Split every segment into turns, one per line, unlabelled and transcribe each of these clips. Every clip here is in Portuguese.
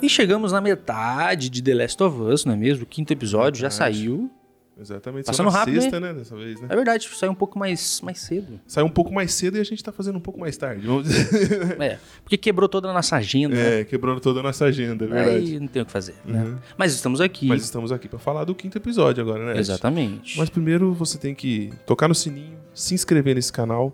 E chegamos na metade de The Last of Us, não é mesmo? O quinto episódio já
Verdade.
saiu.
Exatamente.
Passando
Só na
rápido,
sexta, né? Dessa vez, né?
É verdade, saiu um pouco mais, mais cedo.
Saiu um pouco mais cedo e a gente tá fazendo um pouco mais tarde. Vamos dizer.
É, porque quebrou toda a nossa agenda, né?
É, quebrando toda a nossa agenda, é verdade. Uhum. É.
Aí não tem o que fazer, né? Mas estamos aqui.
Mas estamos aqui pra falar do quinto episódio agora, né? Ed?
Exatamente.
Mas primeiro você tem que tocar no sininho, se inscrever nesse canal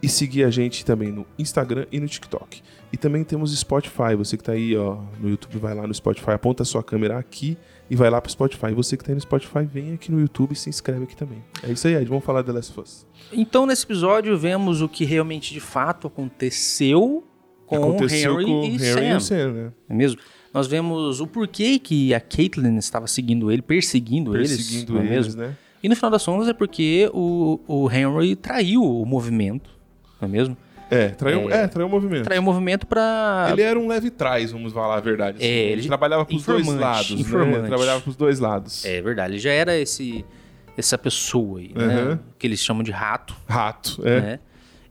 e seguir a gente também no Instagram e no TikTok. E também temos Spotify. Você que tá aí ó, no YouTube, vai lá no Spotify, aponta a sua câmera aqui e vai lá pro Spotify. Você que tá aí no Spotify, vem aqui no YouTube e se inscreve aqui também. É isso aí, Ed. Vamos falar The Last of Us.
Então, nesse episódio, vemos o que realmente de fato aconteceu com Harry e
Harry
Sam.
e Sam, né?
Não é mesmo? Nós vemos o porquê que a Caitlyn estava seguindo ele, perseguindo, eles,
Perseguindo
não é
eles,
mesmo?
né?
E no final das contas é porque o, o Henry traiu o movimento, não é mesmo?
É, traiu, é. traiu o movimento.
Traiu o movimento pra.
Ele era um leve trás, vamos falar a verdade. assim.
É,
ele,
ele-
trabalhava pros dois
informante,
lados, né?
informante.
Ele trabalhava pros dois lados.
É verdade, ele já era esse, essa pessoa aí, né?
Uhum.
Que eles chamam de rato,
Rato, é.
né?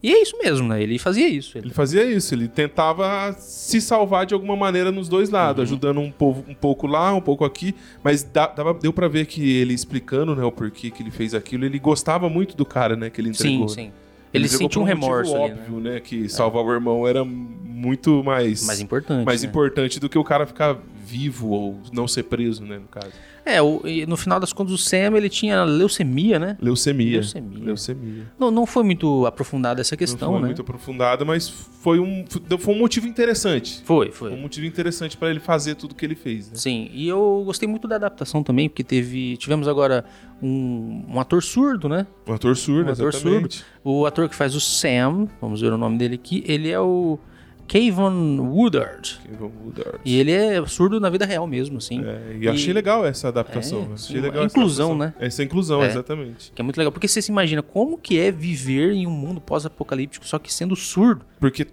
E é isso mesmo, né? Ele fazia isso. Ele...
Ele fazia isso, ele tentava se salvar de alguma maneira nos dois
Uhum.
lados, ajudando um, povo, um pouco lá, um pouco aqui, mas dá- dava- deu pra ver que ele explicando né, o porquê que ele fez aquilo, ele gostava muito do cara né, que ele
Sim,
entregou.
sim. Ele,
entregou
sentiu
por
um
motivo
remorso ali, né?
óbvio, né? Que salvar o irmão era muito mais,
Mais importante.
mais
né?
importante do que o cara ficar vivo ou não ser preso, né, no caso.
É, o- e no final das contas, o Sam ele tinha leucemia, né?
Leucemia.
Leucemia.
Leucemia.
Não, não foi muito aprofundada essa questão,
não foi
né?
muito aprofundada, mas foi um, foi um motivo interessante.
Foi,
Foi
foi.
um motivo interessante pra ele fazer tudo que ele fez, né?
Sim, e eu gostei muito da adaptação também, porque teve, tivemos agora um, um ator surdo, né?
Um ator surdo,
Um ator
exatamente.
O ator que faz o Sam, vamos ver o nome dele aqui, ele é o Kevin Woodard.
Que vão mudar.
E ele é surdo na vida real mesmo, assim.
É, e eu achei legal essa adaptação.
É,
achei
uma
legal essa
inclusão,
adaptação. Essa inclusão,
É.
exatamente.
Que é muito legal, porque você se imagina como que é viver em um mundo pós-apocalíptico, só que sendo surdo.
Porque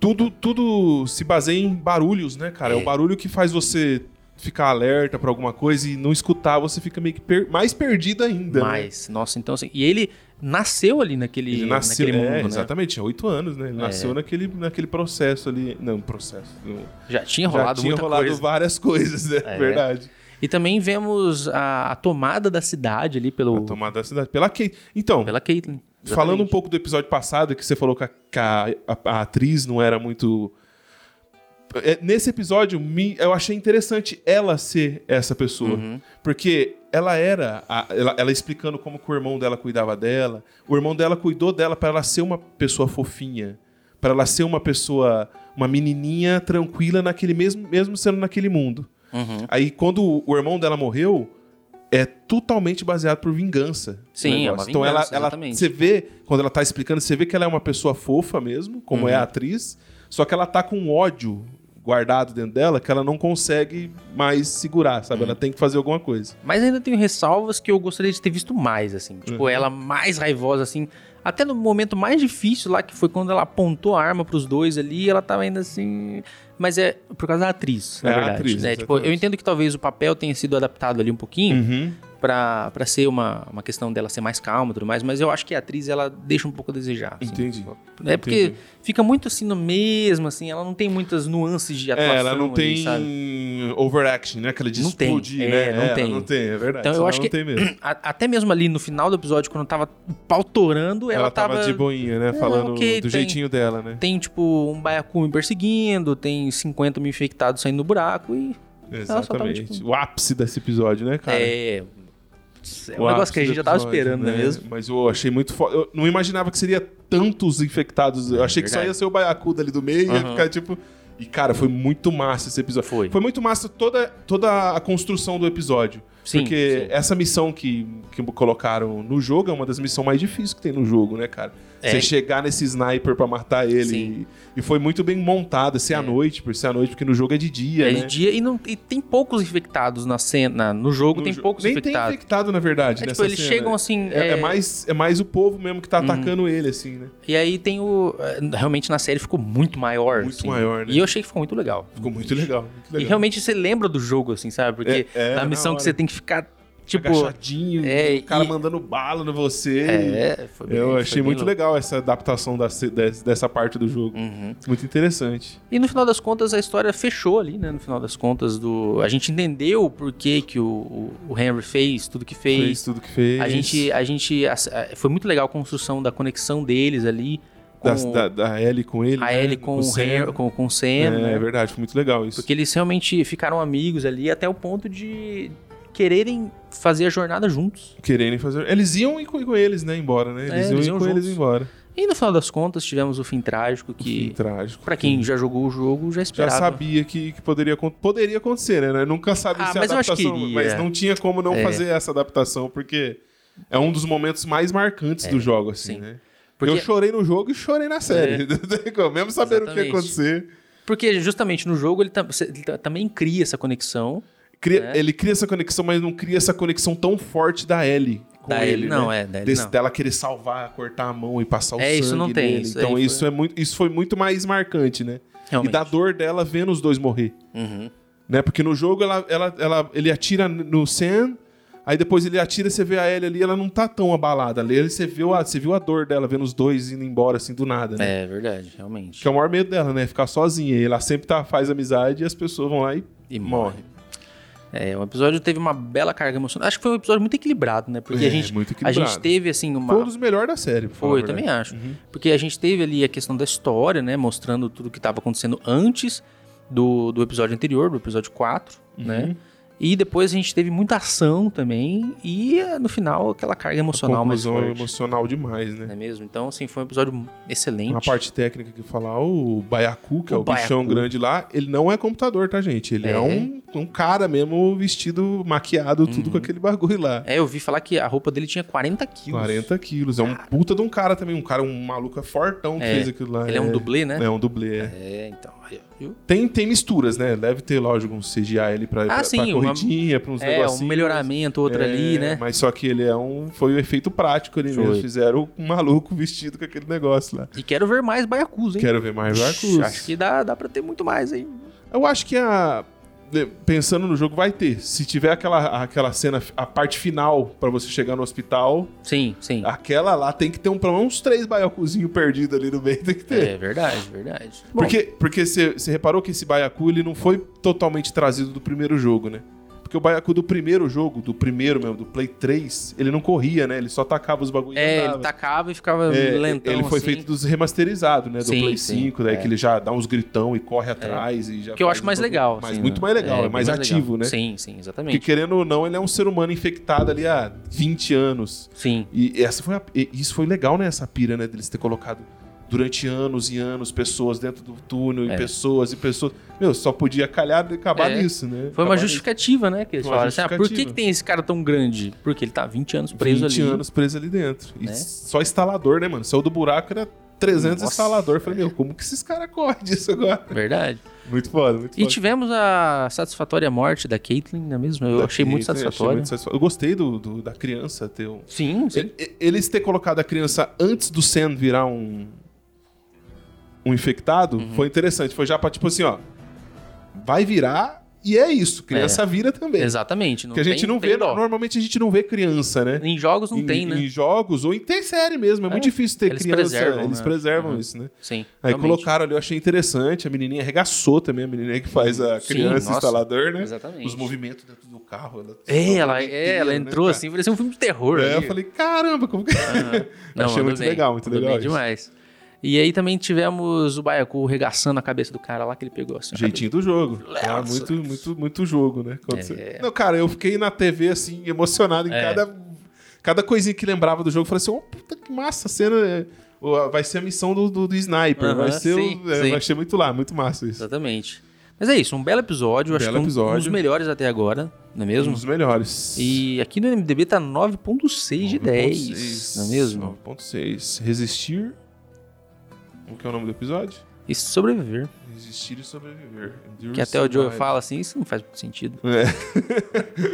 tudo, tudo se baseia em barulhos, né, cara? É, o barulho que faz você ficar alerta pra alguma coisa e não escutar, você fica meio que per- mais perdido ainda. né?
Mas, nossa, então assim... E ele nasceu ali naquele,
Ele nasceu,
naquele
é,
mundo, né? É.
exatamente, tinha oito anos, né? Ele nasceu naquele, naquele processo ali. Não, processo. não.
Já tinha
Já
rolado
tinha
muita
rolado
coisa.
várias coisas, né?
É.
Verdade.
E também vemos a, a tomada da cidade ali pelo,
A tomada da cidade. Pela Kate. Então,
pela Caitlyn. Exatamente.
Falando um pouco do episódio passado, que você falou que a, que a- a atriz não era muito. É, Nesse episódio, me- eu achei interessante ela ser essa pessoa. Porque ela era. a- ela, ela explicando como que o irmão dela cuidava dela. O irmão dela cuidou dela para ela ser uma pessoa fofinha. para ela ser uma pessoa. Uma menininha tranquila naquele mesmo, mesmo sendo naquele mundo.
Uhum.
Aí quando o irmão dela morreu, é totalmente baseado por vingança. o
Sim, é
negócio.
uma
Então ela,
vingança,
ela
exatamente.
você vê, quando ela tá explicando, você vê que ela é uma pessoa fofa mesmo, como
Uhum.
é a atriz, só que ela tá com um ódio guardado dentro dela que ela não consegue mais segurar, sabe?
Uhum.
Ela tem que fazer alguma coisa.
Mas ainda tenho ressalvas que eu gostaria de ter visto mais, assim. Tipo,
Uhum.
ela mais raivosa, assim. Até no momento mais difícil lá, que foi quando ela apontou a arma pros dois ali, ela tava ainda assim. Mas é por causa da atriz, na
É, a
verdade.
atriz,
né? Tipo,
exatamente. Uhum.
eu entendo que talvez o papel tenha sido adaptado ali um pouquinho pra, pra ser uma, uma questão dela ser mais calma e tudo mais, mas eu acho que a atriz ela deixa um pouco a desejar. assim.
Entendi.
É porque
Entendi.
fica muito assim no mesmo, assim, ela não tem muitas nuances de atuação.
É, ela não
ali,
tem
sabe?
overaction, né? Aquela de
Não tem,
explodir,
é,
né?
não
ela
tem.
Não tem, é verdade.
Então eu
ela
acho
não
que-
tem mesmo.
A- até mesmo ali no final do episódio, quando tava o pau torando, ela,
Ela tava, de boinha, né? Falando
ok,
do
tem-
jeitinho dela, né?
Tem, tipo, um baiacu me perseguindo, tem 50 mil infectados saindo do buraco e... ela só tava,
Exatamente.
tipo,
O ápice desse episódio, né, cara?
É... É um
O
negócio que a
ápice
gente
do
já tava
episódio, né?
esperando, não é mesmo?
Mas eu achei muito foda. Eu não imaginava que seria tantos infectados. Eu achei que só
verdade.
ia ser o Baiacuda ali do meio, ia ficar tipo. E, cara, foi muito massa esse episódio.
Foi.
Foi muito massa toda, toda a construção do episódio.
Sim,
porque é
sim.
essa missão que, que colocaram no jogo é uma das missões mais difíceis que tem no jogo, né, cara?
É.
Você chegar nesse sniper pra matar ele.
Sim.
E, e foi muito bem montada, ser à noite, por ser à noite, porque no jogo é de dia,
É
né?
de dia e, não, e tem poucos infectados na cena, no jogo
No
tem
jo-
poucos
Nem
infectados.
tem infectado, na verdade,
É, tipo,
nessa
eles
cena.
chegam assim...
É,
é- Uhum.
é mais, é mais o povo mesmo que tá atacando ele, assim, né?
E aí tem o... é, Realmente na série ficou muito maior.
Muito
assim.
maior, né?
E eu achei que ficou muito legal.
Ficou muito legal. Muito
E
legal.
realmente você lembra do jogo, assim, sabe? Porque
É, é,
na
na
missão
hora.
que você tem que ficar Tipo,
agachadinho,
é,
o cara
e-
mandando bala no você.
é, foi bem-
Eu
foi
achei
bem
muito
louco.
legal essa adaptação da ce- des- dessa parte do jogo.
Uhum.
Muito interessante.
E no final das contas, a história fechou ali, né? No final das contas, do... a gente entendeu por que, que o, o- o Henry fez tudo que
Fez
fez.
tudo que fez.
A gente, a gente. a- a- Foi muito legal a construção da conexão deles ali. Com
Da, da, da Ellie com ele.
a
né?
Ellie com, o
Sam.
Henry, com, com o Sam,
É,
né?
é verdade, foi muito legal isso.
Porque eles realmente ficaram amigos ali até o ponto de quererem fazer a jornada juntos.
Quererem fazer. Eles iam e com, com eles, né? Embora, né? Eles
É,
iam,
eles
e
iam
com eles
juntos.
embora.
E no final das contas, tivemos o fim trágico que,
Trágico.
pra quem já jogou o jogo, já
já
esperava.
sabia que, que poderia, acon- poderia acontecer, né? Eu nunca sabe
Ah,
se a
mas eu acho
adaptação.
que iria.
Mas não tinha como não
É.
fazer essa adaptação, porque é um dos momentos mais marcantes do jogo, assim,
É, sim.
né?
Porque- É.
Eu chorei no jogo e chorei na série. Não tem como, Mesmo sabendo o que ia
Exatamente.
acontecer.
Porque justamente no jogo ele, tam- cê- ele ta- também cria essa conexão.
Cria-
É.
Ele cria essa conexão, mas não cria essa conexão tão forte da Ellie. Com
Da
ele,
Ellie não,
né?
é, da Ellie
Desse-
não.
Dela querer salvar, cortar a mão e passar o
É,
sangue
isso não tem,
nele.
isso aí
então
foi-
isso, é muito, isso foi muito mais marcante, né?
Realmente. Uhum.
E da dor dela vendo os dois morrer. Né? Porque no jogo ela, ela, ela- ele atira no Sam, aí depois ele atira, você vê a Ellie ali, ela não tá tão abalada. Ali você viu a, você viu a dor dela vendo os dois indo embora assim do nada, né?
É verdade, realmente.
Que é o maior medo dela, né? Ficar sozinha. E ela sempre tá, faz amizade e as pessoas vão lá e,
E
morrem.
É, o episódio teve uma bela carga emocional. Acho que foi um episódio muito equilibrado, né? Porque
É,
a gente
muito
a
equilibrado.
gente teve assim uma
Foi um dos Uhum. melhores da série. pra falar a
Foi, eu
verdade.
também acho. Porque a gente teve ali a questão da história, né? Mostrando tudo que estava acontecendo antes do, do episódio anterior, do episódio 4,
Uhum.
né? E depois a gente teve muita ação também. E eh, no final, aquela carga é emocional mais
Conclusão
forte.
emocional demais, né?
Não é mesmo? Então, assim, foi um episódio excelente.
Uma parte técnica que falar, o Baiacu, que é
O
o bichão
Baiacu.
grande lá, ele não é computador, tá, gente? Ele é,
É.
um, um cara mesmo vestido, maquiado, tudo com aquele bagulho lá.
É, eu vi falar que a roupa dele tinha 40 Uhum. quilos.
40 quilos. É um puta de um cara também, um cara, um maluco fortão que
É.
fez aquilo lá.
Ele é um dublê, né?
É um dublê. é.
É, então. aí, viu?
Tem, tem misturas, né? Deve ter, lógico, um CGI ali pra, pra,
Ah, sim,
pra
uma-
corridinha, pra uns
É,
negocinhos.
um melhoramento, outro ali,
É,
né?
Mas só que ele é um. Foi o efeito prático ali
Foi.
mesmo. Fizeram um maluco vestido com aquele negócio lá.
E quero ver mais baiacus, hein?
Quero ver mais
Ixi,
Baiacus.
Acho que dá, dá pra ter muito mais, hein?
Eu acho que a. Pensando no jogo, vai ter. Se tiver aquela, aquela cena, a parte final pra você chegar no hospital,
Sim, sim.
aquela lá tem que ter um, pelo menos uns três baiacuzinhos perdidos ali no meio, tem que ter.
É verdade, verdade. Bom,
Porque porque você você reparou que esse baiacu ele não foi totalmente trazido do primeiro jogo, né? Porque o baiacu do primeiro jogo, do primeiro mesmo, do Play 3, ele não corria, né? Ele só tacava os bagulhos
é, ele tacava e ficava
É,
lentão
ele foi
assim.
feito dos remasterizados, né? Do
Sim,
Play
sim, É.
5, daí que ele já dá uns gritão e corre atrás e já.
Que eu
faz
acho
um
mais
bagulho.
legal.
Mas
assim,
muito
né?
mais legal, é,
bem
mais, ativo,
legal.
né?
Sim, sim,
Porque
exatamente.
querendo ou não, ele é um ser humano infectado ali há 20 anos.
Sim.
E essa foi a- e isso foi legal, né? Essa pira, né? Deles ter colocado durante anos e anos pessoas dentro do túnel e pessoas e pessoas. Meu, só podia calhar de acabar
É.
nisso, né?
Foi uma
Acabar
justificativa, né? Que eles
Foi uma
falaram assim, ah, por que,
justificativa.
que tem esse cara tão grande? Porque ele tá 20 anos
nisso.
preso
20
ali.
anos preso ali dentro. E
Né?
só instalador, né, mano? Saiu do buraco, era 300
Nossa.
instalador. Falei, meu, como que esses caras correm disso agora?
Verdade.
Muito foda, muito
E tipo,
foda.
tivemos a satisfatória morte da Caitlyn, não é mesmo? Eu
Da
achei muito
Caitlyn,
satisfatória.
muito satisfatório. Eu gostei do, do- da criança ter um.
Sim, sim.
E- e- Eles ter colocado a criança antes do Sam virar um. um infectado
Uhum.
foi interessante. Foi já pra tipo assim, ó. Vai virar e é isso. Criança vira também.
Exatamente. Não
Porque a gente
tem-
não
tem
vê.
dó.
Normalmente a gente não vê criança, né?
Em jogos não
em,
tem, né?
em jogos ou em tem série mesmo. É, muito difícil ter
Eles
criança.
preservam,
eles
né?
preservam
Uhum.
isso, né?
Sim.
Aí
realmente.
colocaram ali, eu achei interessante. A menininha arregaçou também, a menininha que faz a
Sim,
criança
nossa.
instalador, né?
Exatamente.
Os movimentos dentro do carro. Ela
É, ela,
inteira,
é, ela
né,
entrou
cara?
assim, parecia um filme de terror.
É, eu
ali.
falei, caramba, como que. achei
mandou
muito
bem,
legal, muito
mandou
legal.
bem
isso.
demais. E aí também tivemos o Baiacu regaçando a cabeça do cara lá que ele pegou. Assim,
Jeitinho do jogo. Ah,
Nossa.
muito, muito, muito jogo, né? Quando
É.
você- Não, cara, eu fiquei na TV assim, emocionado em cada, cada coisinha que lembrava do jogo. Eu Falei assim, oh, puta que massa a cena. é, ó, Vai ser a missão do, do, do sniper.
Aham,
vai ser. o-
sim,
é,
sim.
Eu achei muito lá, muito massa isso.
Exatamente. Mas é isso, um belo episódio. acho
Belo
que um- um, dos
episódio.
melhores até agora, não é mesmo?
Um dos melhores.
E aqui no MDB tá 9.6 de 10, não é mesmo?
9.6. Resistir. O que é o nome do episódio?
E sobreviver.
Resistir e sobreviver. Endure
Que até o Joe
survive.
fala assim, isso não faz muito sentido.
É,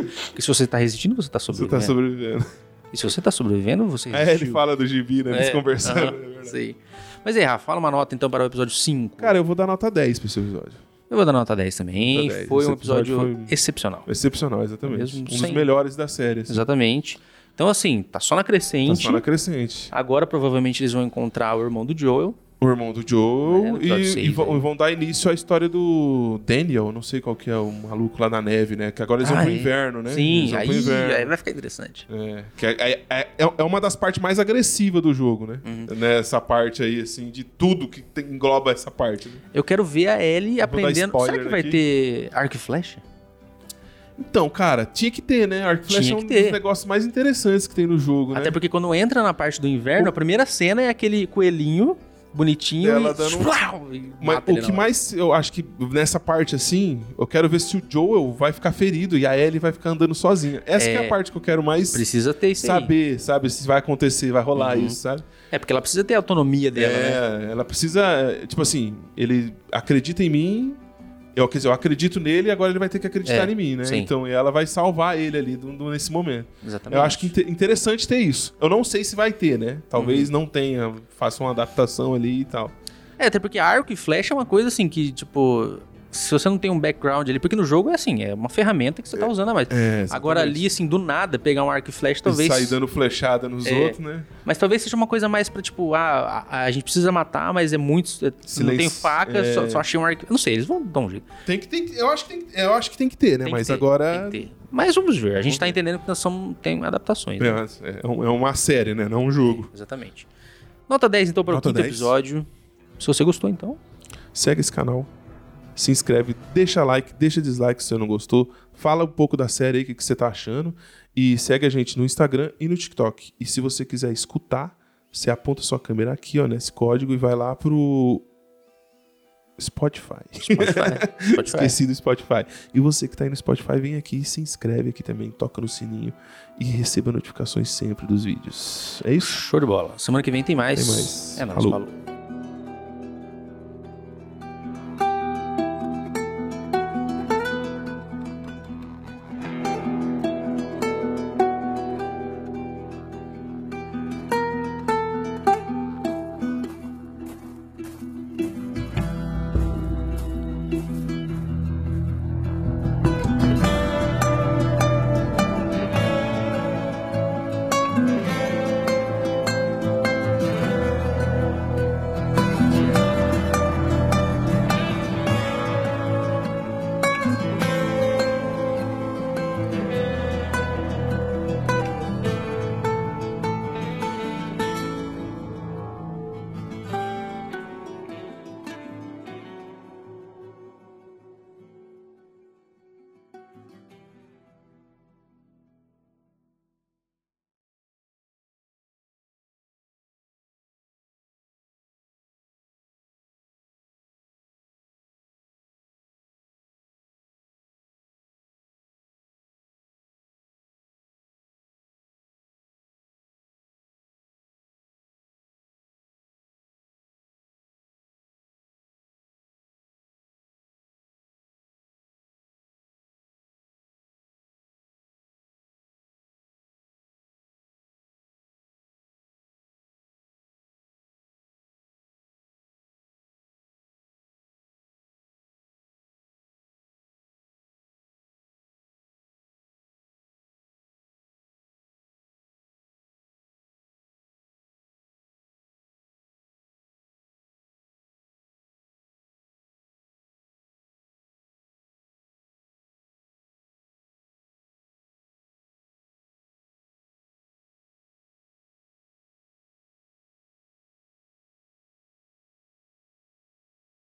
Porque se você tá resistindo, você tá
você
sobrevivendo.
tá sobrevivendo.
E se você tá sobrevivendo, você
É,
resistiu.
ele fala do gibi, né? Eles
É,
conversando.
aham,
é verdade.
sei. Mas aí, Rafa, fala uma nota então para o episódio 5.
Cara, eu vou dar nota 10 pra esse episódio.
eu Eu vou dar nota 10 também.
Nota 10.
Foi
Esse
um episódio,
episódio foi-
excepcional.
Excepcional, exatamente.
Mesmo
um dos
sem-
melhores da série. assim.
Exatamente. Então, assim, tá só na
Tá
crescente.
só na crescente.
Agora, provavelmente, eles vão encontrar o irmão do Joel.
O irmão do Joe
É, no
e,
episódio seis,
e vão,
né?
vão dar início à história do Daniel, não sei qual que é, o maluco lá na neve, né? Que agora eles
Ah,
vão pro
é.
inverno, né? Eles
Sim,
vão
aí,
pro inverno.
aí vai ficar interessante.
É, que é, é- é, é uma das partes mais agressivas do jogo, né?
Uhum.
Nessa parte aí, assim, de tudo que tem- engloba essa parte. né?
Eu quero ver a Ellie
dar
aprendendo. Será
spoiler
que vai
aqui.
ter arco e flecha?
Então, cara, tinha que ter, né? Arc Flash é
Tinha
um
que ter.
dos negócios mais interessantes que tem no jogo,
Até
né?
porque quando entra na parte do inverno, a primeira cena é aquele coelhinho bonitinho
Ela
e...
dando um-
Splau! E
Mas
mata
o
ele
que
na hora.
mais eu acho que nessa parte assim, eu quero ver se o Joel vai ficar ferido e a Ellie vai ficar andando sozinha. Essa que é a parte que eu quero mais
Precisa ter isso aí.
saber, sabe? Se vai acontecer, vai rolar
Uhum.
isso, sabe?
É, porque ela precisa ter a autonomia dela, né?
é, ela precisa, é, tipo assim, ele acredita em mim, eu, quer dizer, eu acredito nele e agora ele vai ter que acreditar
É,
em mim, né?
sim.
Então ela vai salvar ele ali do- do- nesse momento.
Exatamente.
Eu acho que inte- interessante ter isso. Eu não sei se vai ter, né?
Uhum.
Talvez não tenha, faça uma adaptação ali e tal.
É, até porque arco e flecha é uma coisa assim que, tipo, se você não tem um background ali, porque no jogo é assim, é uma ferramenta que você tá usando a mais.
É,
Agora ali, assim, do nada, pegar um arco e flecha,
talvez.
talvez.
Sair dando flechada nos
É.
outros, né?
Mas talvez seja uma coisa mais pra, tipo, ah, a, a gente precisa matar, mas é muito. é-
Silêncio.
Não tem faca,
É.
só, só achei um arco. Não sei, eles vão dar um jeito.
Tem que, tem, que- eu, acho que tem, eu acho que tem que ter, né?
Tem que
Mas
ter,
agora.
tem que ter. Mas vamos ver. A gente tá entendendo que nós somos, tem adaptações. né?
É, é um- é uma série, né? Não um jogo.
Exatamente. Nota 10, então, para o
Nota
quinto
10.
episódio. Se você gostou, então.
Segue esse canal, se inscreve, deixa like, deixa dislike se você não gostou. Fala um pouco da série aí, o que, que você tá achando. E segue a gente no Instagram e no TikTok. E se você quiser escutar, você aponta sua câmera aqui, ó, nesse código e vai lá pro Spotify.
Spotify. Spotify.
Esqueci do Spotify. E você que tá aí no Spotify, vem aqui e se inscreve aqui também, toca no sininho e receba notificações sempre dos vídeos. É isso?
Show de bola. Semana que vem tem mais.
Tem mais.
É nóis,
Falou.
falou.